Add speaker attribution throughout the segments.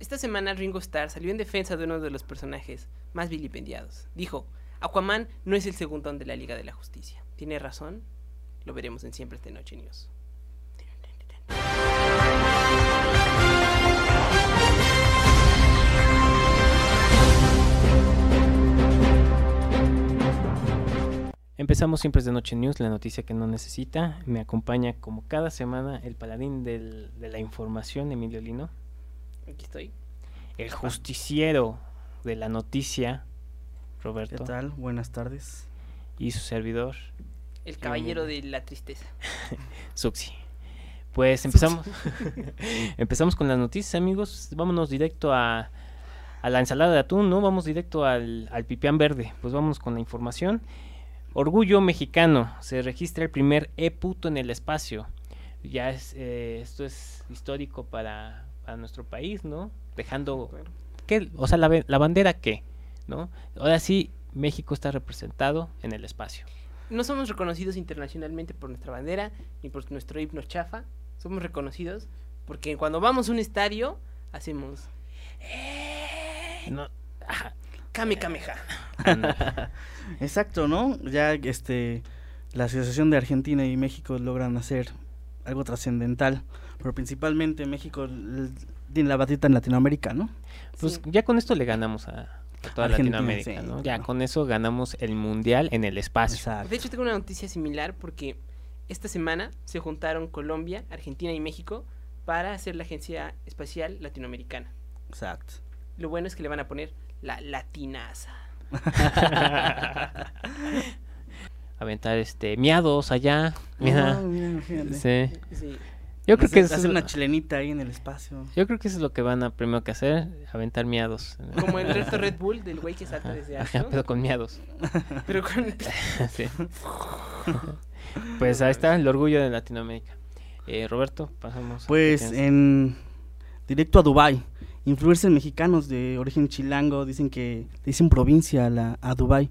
Speaker 1: Esta semana Ringo Starr salió en defensa de uno de los personajes más vilipendiados. Dijo, Aquaman no es el segundón de la Liga de la Justicia. ¿Tiene razón? Lo veremos en Siempre esta noche News.
Speaker 2: Empezamos siempre de Noche News, la noticia que no necesita. Me acompaña como cada semana el paladín del- de la información, Emilio Lino.
Speaker 1: Aquí estoy.
Speaker 2: El justiciero de la noticia,
Speaker 3: ¿Qué
Speaker 2: Roberto.
Speaker 3: tal? Buenas tardes.
Speaker 2: Y su servidor,
Speaker 1: El caballero de la tristeza.
Speaker 2: Suxi. Pues empezamos. empezamos con las noticias, amigos. Vámonos directo a, a la ensalada de atún, ¿no? Vamos directo al, al pipián verde. Pues vámonos con la información. Orgullo mexicano. Se registra el primer e-puto en el espacio. Ya es, eh, esto es histórico para, para nuestro país, ¿no? Dejando ¿qué? O sea, la, be- la bandera qué, ¿no? Ahora sí, México está representado en el espacio.
Speaker 1: No somos reconocidos internacionalmente por nuestra bandera ni por nuestro himno chafa. Somos reconocidos porque cuando vamos a un estadio hacemos
Speaker 2: No, ajá,
Speaker 1: Kame Kameha.
Speaker 2: ándale.
Speaker 3: Exacto, ¿no? Ya este la Asociación de Argentina y México logran hacer algo trascendental, pero principalmente México l- tiene la batita en Latinoamérica, ¿no?
Speaker 2: Pues
Speaker 1: Sí.
Speaker 2: ya con esto le ganamos a, a toda
Speaker 3: Argentina,
Speaker 2: Latinoamérica,
Speaker 3: sí,
Speaker 2: ¿no? Ya
Speaker 3: claro.
Speaker 2: con eso ganamos el mundial en el espacio.
Speaker 3: Exacto.
Speaker 1: De hecho, tengo una noticia similar porque esta semana se juntaron Colombia, Argentina y México para hacer la Agencia Espacial Latinoamericana.
Speaker 3: Exacto.
Speaker 1: Lo bueno es que le van a poner la latinaza.
Speaker 2: Aventar este miados allá. Mira.
Speaker 3: Ah, mira, fíjate.
Speaker 2: Sí.
Speaker 1: Sí.
Speaker 2: Yo creo que
Speaker 3: Hace-
Speaker 2: eso es
Speaker 3: hace una
Speaker 2: lo-
Speaker 3: chilenita ahí en el espacio.
Speaker 2: yo creo que eso es lo que van a primero que hacer, aventar miados.
Speaker 1: Como el reto Red Bull del güey que salta desde
Speaker 2: Ajá,
Speaker 1: alto.
Speaker 2: pero con miados.
Speaker 1: Pero con...
Speaker 2: Sí. pues ahí está el orgullo de Latinoamérica. Eh, Roberto, pasamos. a qué
Speaker 3: Pues
Speaker 2: tienes.
Speaker 3: en directo a Dubai, influencers mexicanos de origen chilango dicen que dicen provincia a la a Dubai,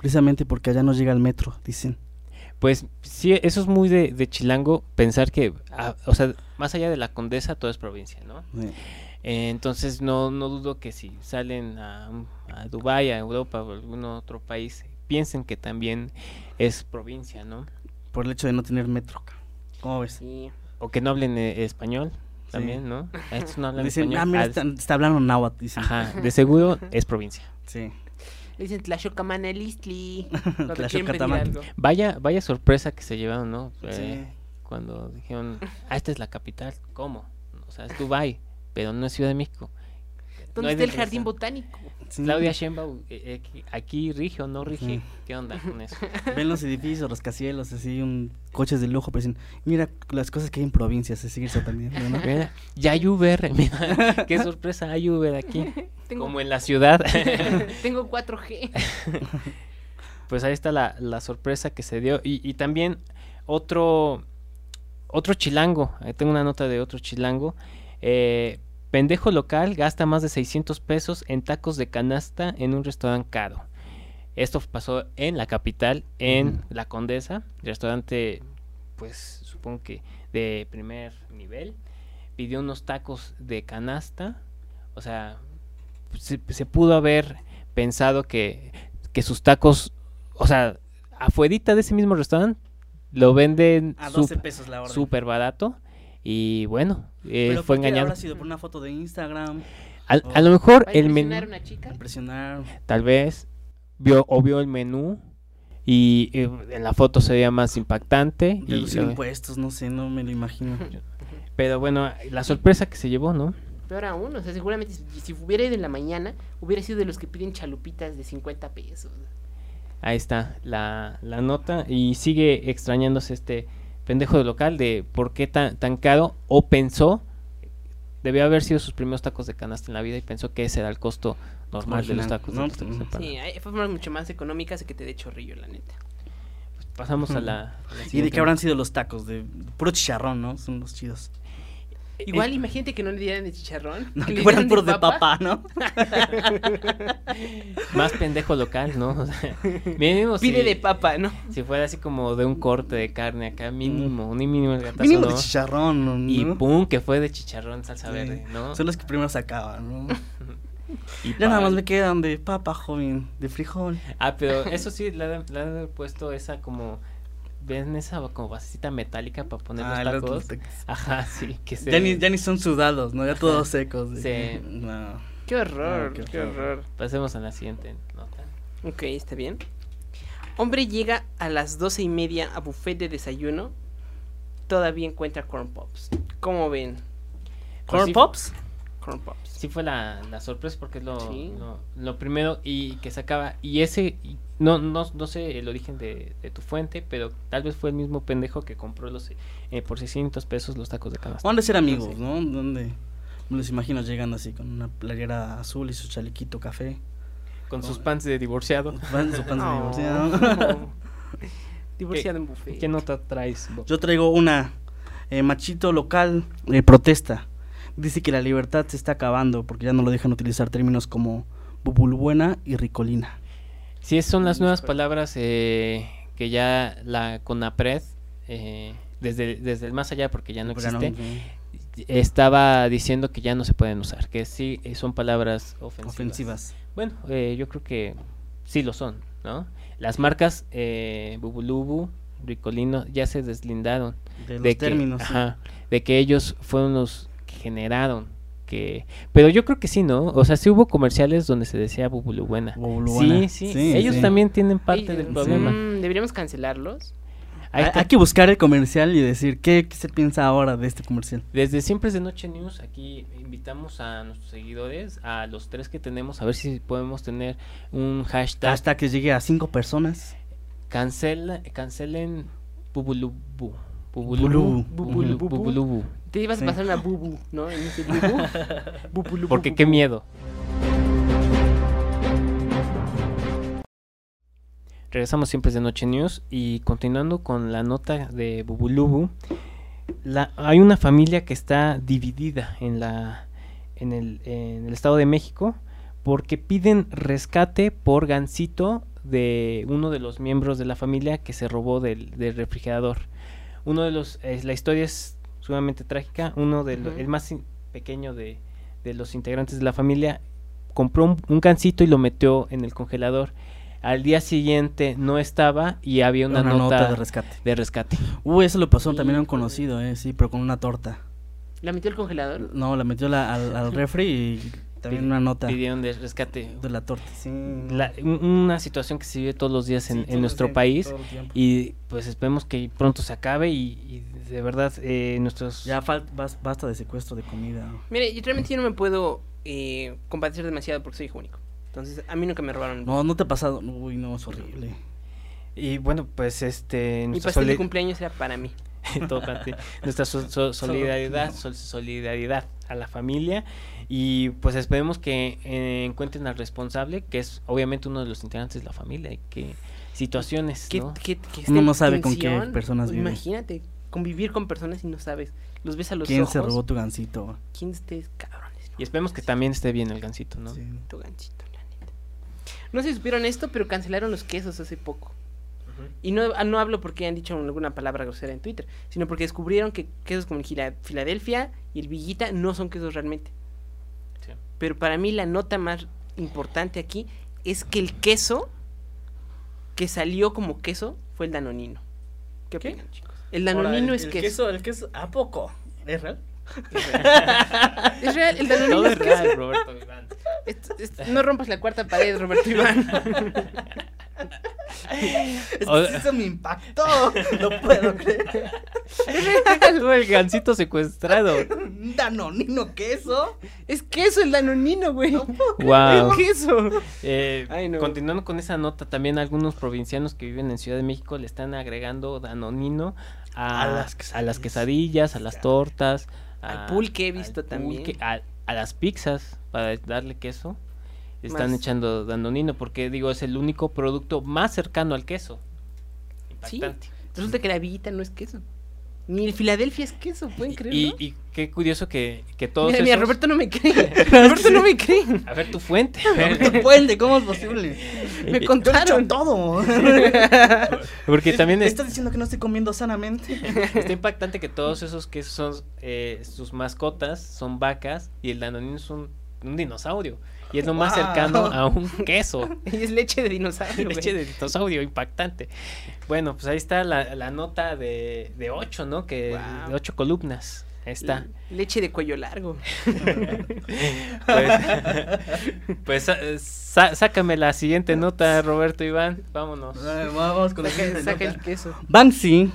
Speaker 3: precisamente porque allá no llega el metro, dicen.
Speaker 2: Pues sí, eso es muy de, de chilango pensar que, ah, o sea, más allá de la condesa, todo es provincia, ¿no?
Speaker 3: Eh,
Speaker 2: Eh, entonces no, no dudo que si salen a, un- a Dubái, a Europa o algún otro país, piensen que también es provincia, ¿no?
Speaker 3: por el hecho de no tener metro. ca- ¿Cómo ves?
Speaker 1: Sí.
Speaker 2: O que no hablen eh, español también,
Speaker 3: Sí.
Speaker 2: ¿no? A Estos no hablan
Speaker 3: Dicen,
Speaker 2: español.
Speaker 3: ah, mira,
Speaker 2: Ah,
Speaker 3: está, está hablando náhuatl, dicen.
Speaker 2: Ajá, de seguro es provincia.
Speaker 3: Sí.
Speaker 1: Le dicen Tlaxocamanelistli. cuando quieren pedir
Speaker 3: Tlaxocataman.
Speaker 1: algo.
Speaker 2: Vaya, vaya sorpresa que se llevaron, ¿no? Eh,
Speaker 3: sí.
Speaker 2: Cuando dijeron, ah, esta es la capital, ¿cómo? O sea, es Dubái, pero no es Ciudad de México.
Speaker 1: ¿Dónde
Speaker 2: hay
Speaker 1: está el jardín
Speaker 2: diferencia.
Speaker 1: botánico?
Speaker 3: sí.
Speaker 2: Claudia Sheinbaum, eh, eh, aquí rige o no rige,
Speaker 3: Ujú.
Speaker 2: ¿qué onda con eso?
Speaker 3: Ven los edificios, los casielos, así, un, coches de lujo, pero dicen, mira las cosas que hay en provincias, se sigue sorprendiendo, ¿no?
Speaker 2: Mira, ya hay Uber, mira, qué sorpresa, hay Uber aquí,
Speaker 1: Tengo,
Speaker 2: como en la ciudad.
Speaker 1: tengo 4G.
Speaker 2: pues ahí está la, la sorpresa que se dio. Y, y también otro, otro chilango, ahí tengo una nota de otro chilango. eh, pendejo local gasta más de 600 pesos en tacos de canasta en un restaurante caro. Esto pasó en la capital, en
Speaker 3: Ujú.
Speaker 2: La Condesa, restaurante, pues supongo que de primer nivel. Pidió unos tacos de canasta. O sea, se, se pudo haber pensado que, que sus tacos, o sea, afuerita de ese mismo restaurante, lo venden
Speaker 3: A 12
Speaker 2: súper
Speaker 3: pesos la orden.
Speaker 2: super barato. Y bueno, eh,
Speaker 3: Pero
Speaker 2: fue
Speaker 3: ¿por qué
Speaker 2: engañado.
Speaker 3: Habrá sido por una foto de Instagram,
Speaker 2: Al- a lo mejor
Speaker 1: ¿Va Oh. a
Speaker 2: el
Speaker 1: impresionar
Speaker 2: menú,
Speaker 1: una chica?
Speaker 3: impresionar.
Speaker 2: tal vez, vio o vio el menú y eh, en la foto se veía más impactante. y
Speaker 3: Reducir
Speaker 2: lo-
Speaker 3: impuestos, no sé, no me lo imagino.
Speaker 2: pero bueno, la sorpresa que se llevó, ¿no?
Speaker 1: Peor aún, o sea, seguramente si, si hubiera ido en la mañana, hubiera sido de los que piden chalupitas de 50 pesos.
Speaker 2: Ahí está la, la nota y sigue extrañándose este pendejo de local de por qué tan, tan caro o pensó, debió haber sido sus primeros tacos de canasta en la vida y pensó que ese era el costo normal de los
Speaker 3: Marginal,
Speaker 2: tacos. de
Speaker 3: ¿no?
Speaker 2: los tacos de
Speaker 3: Sí,
Speaker 2: pana.
Speaker 1: Sí, hay formas mucho más económicas de que te dé chorrillo, la neta.
Speaker 2: Pasamos a la... a la
Speaker 3: ¿Y de
Speaker 2: siguiente
Speaker 3: qué habrán sido los tacos? De puro chicharrón, ¿no? Son los chidos.
Speaker 1: Igual imagínate que no le dieran de chicharrón.
Speaker 3: Eh, No,
Speaker 1: que
Speaker 3: que
Speaker 1: le dieran
Speaker 3: fueran puros de papá, ¿no?
Speaker 2: Más pendejo local, ¿no? O sea, mínimo
Speaker 1: Pide
Speaker 2: si,
Speaker 1: de papa, ¿no?
Speaker 2: si fuera así como de un corte de carne acá, mínimo, un mínimo gatazo,
Speaker 3: Mínimo de
Speaker 2: ¿no?
Speaker 3: chicharrón, ¿no?
Speaker 2: Y pum, que fue de chicharrón salsa
Speaker 3: Sí.
Speaker 2: verde, ¿no?
Speaker 3: Son los que primero sacaban, ¿no?
Speaker 2: Y
Speaker 3: Ya nada más
Speaker 2: pal.
Speaker 3: me quedan de papa, joven, de frijol.
Speaker 2: Ah, pero eso sí, le han, le han de haber puesto esa como... ¿Ven esa como vasita metálica para poner
Speaker 3: Ah,
Speaker 2: los
Speaker 3: los-
Speaker 2: tacos?
Speaker 3: los tacos.
Speaker 2: Ajá, sí, que se...
Speaker 3: Ya, ni, ya ni son sudados, ¿no? Ya todos secos. de
Speaker 2: Sí.
Speaker 3: que- No.
Speaker 1: Qué horror,
Speaker 3: Ah,
Speaker 1: qué,
Speaker 3: qué
Speaker 1: horror.
Speaker 3: horror.
Speaker 2: Pasemos a la siguiente nota.
Speaker 1: Ok, está bien. Hombre llega a las doce y media a buffet de desayuno. Todavía encuentra corn pops. ¿Cómo ven?
Speaker 2: Pues
Speaker 3: ¿Corn
Speaker 2: sí-
Speaker 3: Pops?
Speaker 1: Corn pops.
Speaker 2: Sí fue la, la sorpresa porque es lo,
Speaker 1: Sí.
Speaker 2: lo, lo primero y que sacaba. Y ese, y no, no, no sé el origen de, de tu fuente, pero tal vez fue el mismo pendejo que compró los eh, por 600 pesos los tacos de canasta.
Speaker 3: ¿O han de ser amigos,
Speaker 2: Sí.
Speaker 3: ¿no? Donde me los imagino llegando así con una playera azul y su chalequito café.
Speaker 2: Con sus pants de divorciado.
Speaker 3: Van su panza
Speaker 1: Oh,
Speaker 3: divorciada.
Speaker 1: no. Divorciado en buffet.
Speaker 2: ¿Qué nota traes? Bob?
Speaker 3: Yo traigo una eh, machito local eh, protesta. Dice que la libertad se está acabando porque ya no lo dejan utilizar términos como bubulbuena y ricolina.
Speaker 2: Sí, son las
Speaker 1: Híjole.
Speaker 2: nuevas palabras eh, que ya la CONAPRED, eh, desde, desde el más allá, porque ya no
Speaker 3: Pero ya
Speaker 2: existe,
Speaker 3: no-
Speaker 2: estaba diciendo que ya no se pueden usar, que sí eh, son palabras ofensivas.
Speaker 3: ofensivas.
Speaker 2: Bueno, eh, yo creo que sí lo son, ¿no? Las marcas eh, Bubulubu, Ricolino, ya se deslindaron
Speaker 3: De los
Speaker 2: de que,
Speaker 3: términos. sí.
Speaker 2: ajá, de que ellos fueron los que generaron. Que, pero yo creo que sí, ¿no? O sea, sí hubo comerciales donde se decía Bubulubuena.
Speaker 3: Bubulbuena.
Speaker 2: Sí, sí,
Speaker 3: Sí,
Speaker 2: Ellos
Speaker 3: sí.
Speaker 2: también tienen parte
Speaker 1: Ellos-
Speaker 2: del problema.
Speaker 1: Mm, Deberíamos cancelarlos.
Speaker 2: Ahí
Speaker 3: Hay,
Speaker 2: está.
Speaker 3: hay que buscar el comercial y decir qué, qué se piensa ahora de este comercial.
Speaker 2: Desde Siempre es de Noche News, aquí invitamos a nuestros seguidores, a los tres que tenemos, a ver si podemos tener un hashtag.
Speaker 3: Hasta que llegue a cinco personas.
Speaker 2: Cancela, cancelen Bubulubu.
Speaker 3: Bubulubu.
Speaker 2: Bubulu-
Speaker 1: Bubulubu.
Speaker 2: Bubulubu.
Speaker 1: Te ibas a
Speaker 3: Sí.
Speaker 1: pasar una bubu, ¿no? En ese bubu. Bubulubu.
Speaker 2: Porque qué miedo. Regresamos siempre es de Noche News y continuando con la nota de Bubulubu, la, hay una familia que está dividida en, la, en, el, en el Estado de México porque piden rescate por gancito de uno de los miembros de la familia que se robó del, del refrigerador. Uno de los, es- la historia es sumamente trágica, uno de lo-
Speaker 1: Ujú.
Speaker 2: el más in- pequeño de, de los integrantes de la familia compró un, un gansito y lo metió en el congelador. Al día siguiente no estaba y había una, nota, pues,
Speaker 3: de rescate.
Speaker 2: de rescate.
Speaker 3: Uy, eso le pasó también a un
Speaker 1: Híjole.
Speaker 3: conocido, eh, sí, pero con una torta.
Speaker 1: ¿La metió al congelador?
Speaker 3: No, la metió la- al, al refri y también una nota de
Speaker 2: Pidieron de rescate.
Speaker 3: la torta. Sí,
Speaker 2: La- un- una situación que se vive todos los días en, en nuestro país y pues esperemos que pronto se acabe y, y de verdad eh, nuestros...
Speaker 3: Ya fal- bas- basta de secuestro de comida.
Speaker 1: Mire, yo realmente yo no me puedo eh, compadecer demasiado porque soy hijo único. Entonces, a mí nunca me robaron el bubu.
Speaker 3: No, no te ha pasado. Uy, no, es horrible.
Speaker 2: Y bueno, pues este...
Speaker 1: Mi
Speaker 2: nuestra
Speaker 1: pastel de
Speaker 2: soli-
Speaker 1: cumpleaños era para mí.
Speaker 2: todo para ti. Nuestra so- so- solidaridad, sol- solidaridad a la familia y pues esperemos que eh, encuentren al responsable, que es obviamente uno de los integrantes de la familia y que situaciones,
Speaker 1: ¿Qué,
Speaker 2: ¿no?
Speaker 1: qué- qué
Speaker 3: Uno
Speaker 1: esta
Speaker 3: no sabe con qué
Speaker 1: tensión?
Speaker 3: personas vive.
Speaker 1: Imagínate, convivir con personas y no sabes. Los ves a los
Speaker 3: ¿Quién
Speaker 1: ojos.
Speaker 3: se robó tu gancito?
Speaker 1: ¿Quién este de ustedes, cabrones? no?
Speaker 2: Y esperemos que también esté bien el gancito, ¿no?
Speaker 3: Sí.
Speaker 1: Tu ganchito, la neta. No se supieron esto, pero cancelaron los quesos hace poco. Y no, ah, no hablo porque han dicho alguna palabra grosera en Twitter, sino porque descubrieron que quesos como el Gila- Filadelfia y el Villita no son quesos realmente.
Speaker 2: Sí.
Speaker 1: Pero para mí la nota más importante aquí es que el queso que salió como queso fue el danonino. ¿Qué
Speaker 3: ¿Qué?
Speaker 1: opinan, chicos? El danonino es queso.
Speaker 3: ¿El queso? ¿A poco? ¿Es real?
Speaker 1: Es real, el danonino
Speaker 2: Todo
Speaker 1: es
Speaker 2: es
Speaker 1: queso.
Speaker 2: real, Roberto Viván.
Speaker 1: Es- es- no rompas la cuarta pared, Roberto Iván.
Speaker 3: Es
Speaker 2: O-
Speaker 3: eso me impactó. No puedo creer.
Speaker 2: Algo el gancito secuestrado.
Speaker 3: Un Danonino queso.
Speaker 1: es queso el danonino, güey.
Speaker 2: wow.
Speaker 1: Es queso.
Speaker 2: Eh,
Speaker 1: Ay, no.
Speaker 2: Continuando con esa nota, también algunos provincianos que viven en Ciudad de México le están agregando danonino a,
Speaker 3: A
Speaker 2: a
Speaker 3: las
Speaker 2: las,
Speaker 3: quesadillas.
Speaker 2: quesadillas, a las tortas,
Speaker 1: Al
Speaker 2: a-
Speaker 1: pulque he
Speaker 2: al
Speaker 1: visto también.
Speaker 2: a, a las pizzas para darle queso. le Están
Speaker 1: Más-
Speaker 2: echando danonino porque digo es el único producto más cercano al queso.
Speaker 1: Sí.
Speaker 2: Impactante.
Speaker 1: Resulta que la villita no es queso. Ni el Filadelfia es queso, pueden creerlo.
Speaker 2: Y, y qué curioso que, que todos
Speaker 1: mira, mira,
Speaker 2: esos-
Speaker 1: Roberto no me cree. Roberto no me cree.
Speaker 2: A ver, tu fuente.
Speaker 3: Roberto Puente, ¿cómo es posible?
Speaker 1: Me
Speaker 3: Yo le echo
Speaker 1: contaron.
Speaker 3: todo.
Speaker 2: Porque también
Speaker 3: Me
Speaker 1: Este,
Speaker 2: es-
Speaker 3: estás diciendo que no estoy comiendo sanamente.
Speaker 2: está impactante que todos esos quesos son eh, sus mascotas, son vacas, y el danonino es un, un dinosaurio. Y es lo más
Speaker 3: Wow.
Speaker 2: cercano a un queso.
Speaker 1: Y es leche de dinosaurio.
Speaker 2: Leche
Speaker 1: güey.
Speaker 2: de dinosaurio, impactante. Bueno, pues ahí está la, la nota de, de ocho, ¿no? Que
Speaker 1: Wow.
Speaker 2: de ocho columnas. Ahí está.
Speaker 1: Leche de cuello largo.
Speaker 2: Pues, pues, eh, sa- sácame la siguiente nota, Roberto Iván.
Speaker 3: Pues,
Speaker 2: Vámonos.
Speaker 3: Vamos con la
Speaker 1: Saca,
Speaker 3: gente,
Speaker 1: saca
Speaker 3: ¿no?
Speaker 1: el queso.
Speaker 3: Banksy,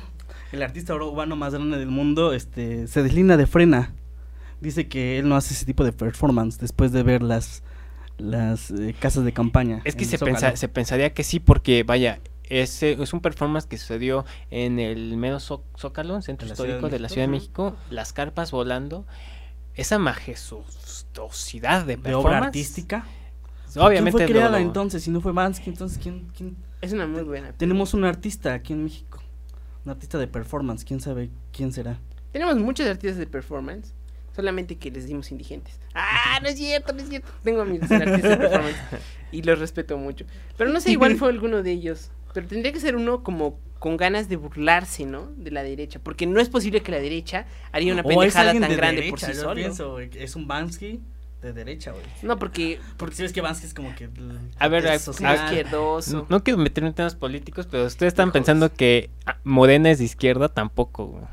Speaker 3: el artista urbano más grande del mundo, este, se deslina de frena. Dice que él no hace ese tipo de performance después de ver las, las eh, casas de campaña.
Speaker 2: Es que
Speaker 3: en
Speaker 2: se,
Speaker 3: Zócalo.
Speaker 2: pensa- se pensaría que sí, porque vaya, ese es un performance que sucedió en el mero Zó- Zócalo, centro
Speaker 3: En la
Speaker 2: histórico
Speaker 3: Ciudad de
Speaker 2: de la
Speaker 3: México.
Speaker 2: Ciudad de
Speaker 1: Ujú.
Speaker 2: México, las carpas volando, esa majestuosidad de,
Speaker 3: de obra
Speaker 2: performance, pues,
Speaker 3: artística.
Speaker 2: Obviamente
Speaker 3: ¿Quién fue
Speaker 2: lo-
Speaker 3: creada
Speaker 2: lo-
Speaker 3: entonces? Si no fue Bansky, entonces ¿quién, quién?
Speaker 1: Es una muy buena.
Speaker 3: Tenemos un artista aquí en México, un artista de performance, quién sabe quién será.
Speaker 1: Tenemos muchos artistas de performance, solamente que les dimos indigentes. Ah, no es cierto, no es cierto. Tengo a mis artistas de performance y los respeto mucho. Pero no sé, igual fue alguno de ellos. Pero tendría que ser uno como con ganas de burlarse, ¿no? De la derecha, porque no es posible que la derecha haría una
Speaker 3: O es
Speaker 1: pendejada
Speaker 3: alguien
Speaker 1: tan
Speaker 3: de
Speaker 1: grande
Speaker 3: derecha,
Speaker 1: por sí
Speaker 3: yo
Speaker 1: solo.
Speaker 3: pienso, güey, que es un Bansky de derecha, güey.
Speaker 1: No, porque
Speaker 3: Porque si ves que Bansky es como que... el-
Speaker 2: A ver,
Speaker 3: el
Speaker 2: a-
Speaker 1: es
Speaker 3: social.
Speaker 1: izquierdoso.
Speaker 2: No quiero meterme en temas políticos, pero ustedes están
Speaker 1: Hijos.
Speaker 2: pensando que ah, Morena es de izquierda tampoco. güey.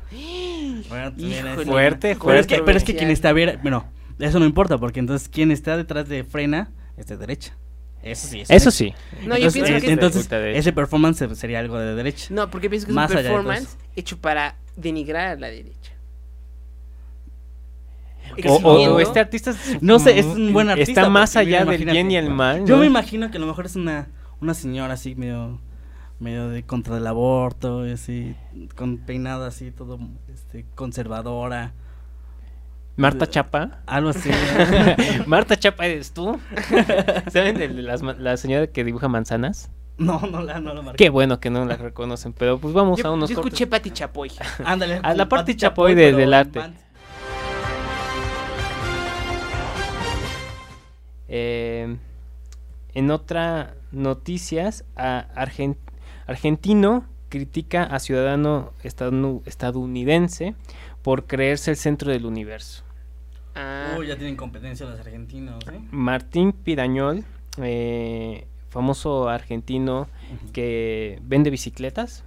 Speaker 3: Bueno, también es-
Speaker 1: Híjole. Pero
Speaker 2: Fuerte,
Speaker 3: Pero es,
Speaker 2: fuerte.
Speaker 3: que, pero es que quien
Speaker 1: Controversial.
Speaker 3: está ver, bueno, eso no importa, porque entonces quien está detrás de frena es de derecha. Eso sí. es
Speaker 2: Eso
Speaker 3: un
Speaker 2: sí.
Speaker 1: No, yo
Speaker 3: hecho.
Speaker 1: pienso
Speaker 3: entonces, eh,
Speaker 1: que es-
Speaker 3: entonces,
Speaker 2: Puta derecha.
Speaker 3: ese performance sería algo de derecha.
Speaker 1: No, porque pienso que es
Speaker 3: Más
Speaker 1: un
Speaker 3: allá de todo
Speaker 1: performance hecho para denigrar a la derecha.
Speaker 2: O, o-
Speaker 1: Exhibiendo-
Speaker 2: o este artista es-
Speaker 3: No sé, es un buen artista,
Speaker 2: Está más
Speaker 3: porque, mira,
Speaker 2: allá del
Speaker 3: imagínate.
Speaker 2: bien y el mal.
Speaker 3: Yo
Speaker 2: ¿no?
Speaker 3: me imagino que a lo mejor es una, una señora así medio medio de contra el aborto, y así con peinada así todo este, conservadora,
Speaker 2: Marta Chapa.
Speaker 3: algo así.
Speaker 2: Marta Chapa eres tú. ¿Saben el de las ma- la señora que dibuja manzanas?
Speaker 3: no, no la no lo marqué.
Speaker 2: Qué bueno que no la reconocen, pero pues vamos a
Speaker 1: Yo,
Speaker 2: unos
Speaker 1: yo
Speaker 2: cortes.
Speaker 1: escuché Pati Chapoy.
Speaker 3: Ándale.
Speaker 2: A la
Speaker 3: como
Speaker 2: parte
Speaker 3: Pati
Speaker 2: Chapoy de-
Speaker 3: pero
Speaker 2: del
Speaker 3: en
Speaker 2: arte.
Speaker 3: Vans.
Speaker 2: Eh, en otra noticias, a Argen- argentino critica a ciudadano estadunu- estadounidense por creerse el centro del universo.
Speaker 1: Ah,
Speaker 3: Uy, ya tienen competencia los argentinos, ¿eh?
Speaker 2: Martín Pirañol, eh, famoso argentino que vende bicicletas,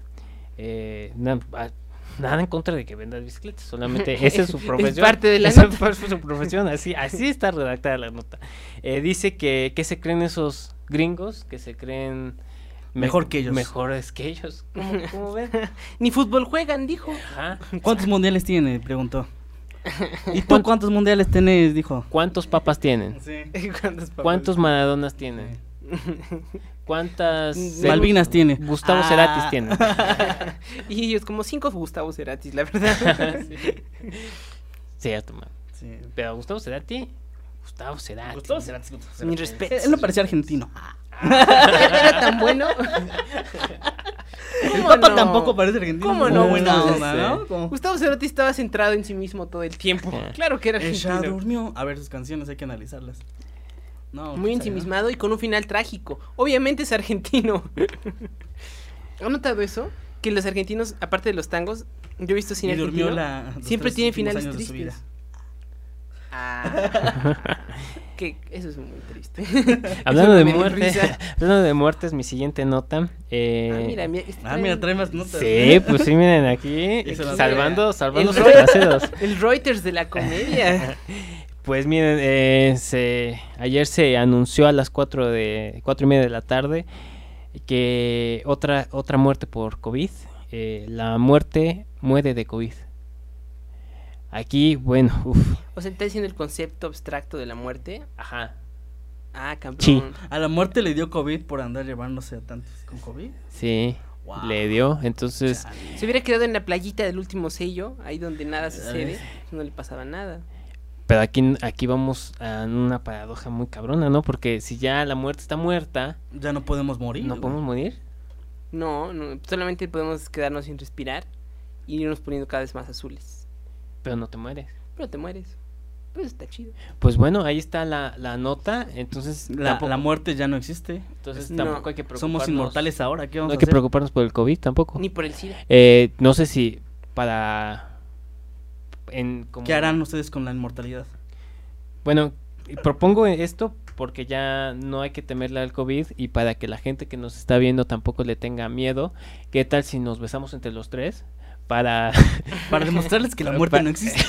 Speaker 2: eh, na- a- nada en contra de que vendas bicicletas, solamente esa es su
Speaker 1: Es
Speaker 2: profesión.
Speaker 1: parte de la
Speaker 2: esa
Speaker 1: nota.
Speaker 2: fue su profesión, así, así está redactada la nota. Eh, dice que, que se creen esos gringos, que se creen me-
Speaker 3: Mejor que ellos.
Speaker 2: Mejores que ellos. ¿Cómo, cómo ven?
Speaker 1: Ni fútbol juegan, dijo.
Speaker 2: Ajá.
Speaker 3: ¿Cuántos mundiales tiene? Preguntó. ¿Y tú cuántos mundiales tenés? Dijo.
Speaker 2: ¿Cuántos papas tienen?
Speaker 1: ¿Cuántos, papeles?
Speaker 2: ¿Cuántos maradonas tienen? ¿Cuántas
Speaker 1: Mm,
Speaker 3: Malvinas tiene.
Speaker 2: Gustavo
Speaker 3: Ah.
Speaker 2: Ceratis tiene?
Speaker 1: Y ellos como cinco Gustavo Ceratis, la verdad.
Speaker 2: Cierto, man.
Speaker 3: Sí.
Speaker 2: Pero Gustavo Cerati, Gustavo Cerati.
Speaker 3: Gustavo Cerati, Gustavo Cerati.
Speaker 1: Mis respetos.
Speaker 3: Él no parecía argentino.
Speaker 1: Era tan bueno.
Speaker 3: El
Speaker 1: ¿Cómo
Speaker 3: Papa
Speaker 1: no?
Speaker 3: tampoco parece argentino.
Speaker 1: ¿Cómo
Speaker 3: muy
Speaker 1: no,
Speaker 3: Buena
Speaker 1: Gustavo?
Speaker 3: onda, ¿no? Como-
Speaker 1: Gustavo Cerati estaba centrado en sí mismo todo el tiempo. Claro que era
Speaker 3: Ella
Speaker 1: argentino.
Speaker 3: durmió. A ver, sus canciones hay que analizarlas. No,
Speaker 1: Muy
Speaker 3: pues, quién sabe, ¿no?
Speaker 1: ensimismado y con un final trágico. Obviamente es argentino. ¿Han notado eso? Que los argentinos, aparte de los tangos, yo he visto cine
Speaker 3: Y durmió
Speaker 1: argentino.
Speaker 3: la. los
Speaker 1: siempre
Speaker 3: tres
Speaker 1: tienen
Speaker 3: últimos
Speaker 1: finales
Speaker 3: años de su
Speaker 1: tristes.
Speaker 3: vida.
Speaker 1: Ah, que eso es muy triste.
Speaker 2: Hablando de
Speaker 1: Eso me dio
Speaker 2: muerte,
Speaker 1: risa.
Speaker 2: hablando de muerte es mi siguiente nota.
Speaker 1: Ah,
Speaker 2: Eh,
Speaker 1: mira, mira, este
Speaker 3: Ah, mira,
Speaker 1: trae
Speaker 3: trae más notas. ¿eh?
Speaker 2: sí, pues sí, miren aquí,
Speaker 3: Eso no
Speaker 2: salvando, salvando
Speaker 1: El
Speaker 2: sus
Speaker 1: rey.
Speaker 2: traseros.
Speaker 1: El Reuters de la comedia.
Speaker 2: Pues miren, eh, se- ayer se anunció a las 4 de cuatro y media de la tarde que otra otra muerte por COVID. eh, la muerte muere de COVID. Aquí, bueno, uf,
Speaker 1: O sea, está diciendo el concepto abstracto de la muerte.
Speaker 2: ajá.
Speaker 1: Ah, campeón.
Speaker 2: Sí.
Speaker 3: A la muerte le dio COVID por andar llevándose a tantos con COVID.
Speaker 2: Sí,
Speaker 3: Wow.
Speaker 2: le dio. Entonces,
Speaker 1: Se hubiera quedado en la playita del último sello, ahí donde nada sucede, pues
Speaker 3: ves.
Speaker 1: no le pasaba nada.
Speaker 2: pero aquí, aquí vamos a una paradoja muy cabrona, ¿no? Porque si ya la muerte está muerta,
Speaker 3: Ya no podemos morir.
Speaker 2: ¿no
Speaker 3: güey.
Speaker 2: podemos morir?
Speaker 1: No, no, solamente podemos quedarnos sin respirar y irnos poniendo cada vez más azules.
Speaker 2: Pero no te mueres.
Speaker 1: Pero te mueres. Pues está chido.
Speaker 2: Pues bueno, ahí está la, la nota. Entonces,
Speaker 3: La,
Speaker 2: tampoco,
Speaker 3: la muerte ya no existe.
Speaker 2: entonces
Speaker 1: no,
Speaker 2: Pues tampoco hay que preocuparnos.
Speaker 3: Somos inmortales ahora. ¿Qué
Speaker 2: No
Speaker 3: vamos
Speaker 2: hay
Speaker 3: a
Speaker 2: que
Speaker 3: hacer?
Speaker 2: preocuparnos por el COVID tampoco.
Speaker 1: Ni por el SIDA.
Speaker 2: Eh, no sé si para. En, como-
Speaker 3: ¿Qué harán ustedes con la inmortalidad?
Speaker 2: Bueno, propongo esto porque ya no hay que temerle al COVID y para que la gente que nos está viendo tampoco le tenga miedo. ¿Qué tal si nos besamos entre los tres? Para.
Speaker 3: Para demostrarles que la muerte no existe.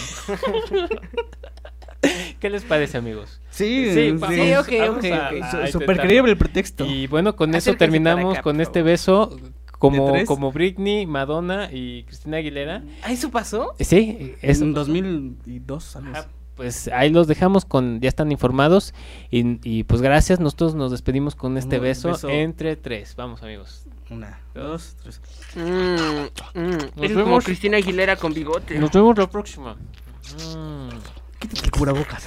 Speaker 2: ¿Qué les parece, amigos?
Speaker 3: Sí,
Speaker 1: pa-
Speaker 2: vamos-
Speaker 1: sí, ok,
Speaker 2: vamos
Speaker 1: ok, ok.
Speaker 2: a- a
Speaker 1: Su-
Speaker 2: intentarlo.
Speaker 3: Súper creíble el pretexto.
Speaker 2: Y bueno, con eso
Speaker 1: Acérquense
Speaker 2: terminamos
Speaker 1: para acá,
Speaker 2: con
Speaker 1: por
Speaker 2: este
Speaker 1: favor.
Speaker 2: beso
Speaker 3: ¿De
Speaker 2: como,
Speaker 3: tres?
Speaker 2: como Britney, Madonna y Cristina Aguilera.
Speaker 1: ¿Ah, eso pasó?
Speaker 2: Sí, es,
Speaker 3: en 2002, algo
Speaker 2: Ajá,
Speaker 3: así.
Speaker 2: pues ahí los dejamos con, ya están informados y, y pues gracias, nosotros nos despedimos con este
Speaker 3: Un
Speaker 2: beso,
Speaker 3: beso.
Speaker 2: entre tres, vamos amigos.
Speaker 3: Una, dos, tres.
Speaker 1: Mm, mm.
Speaker 2: Nos
Speaker 1: Es como
Speaker 2: vemos.
Speaker 1: Cristina Aguilera con bigote.
Speaker 2: Nos vemos la próxima. Mm.
Speaker 3: Quítate el cubrebocas.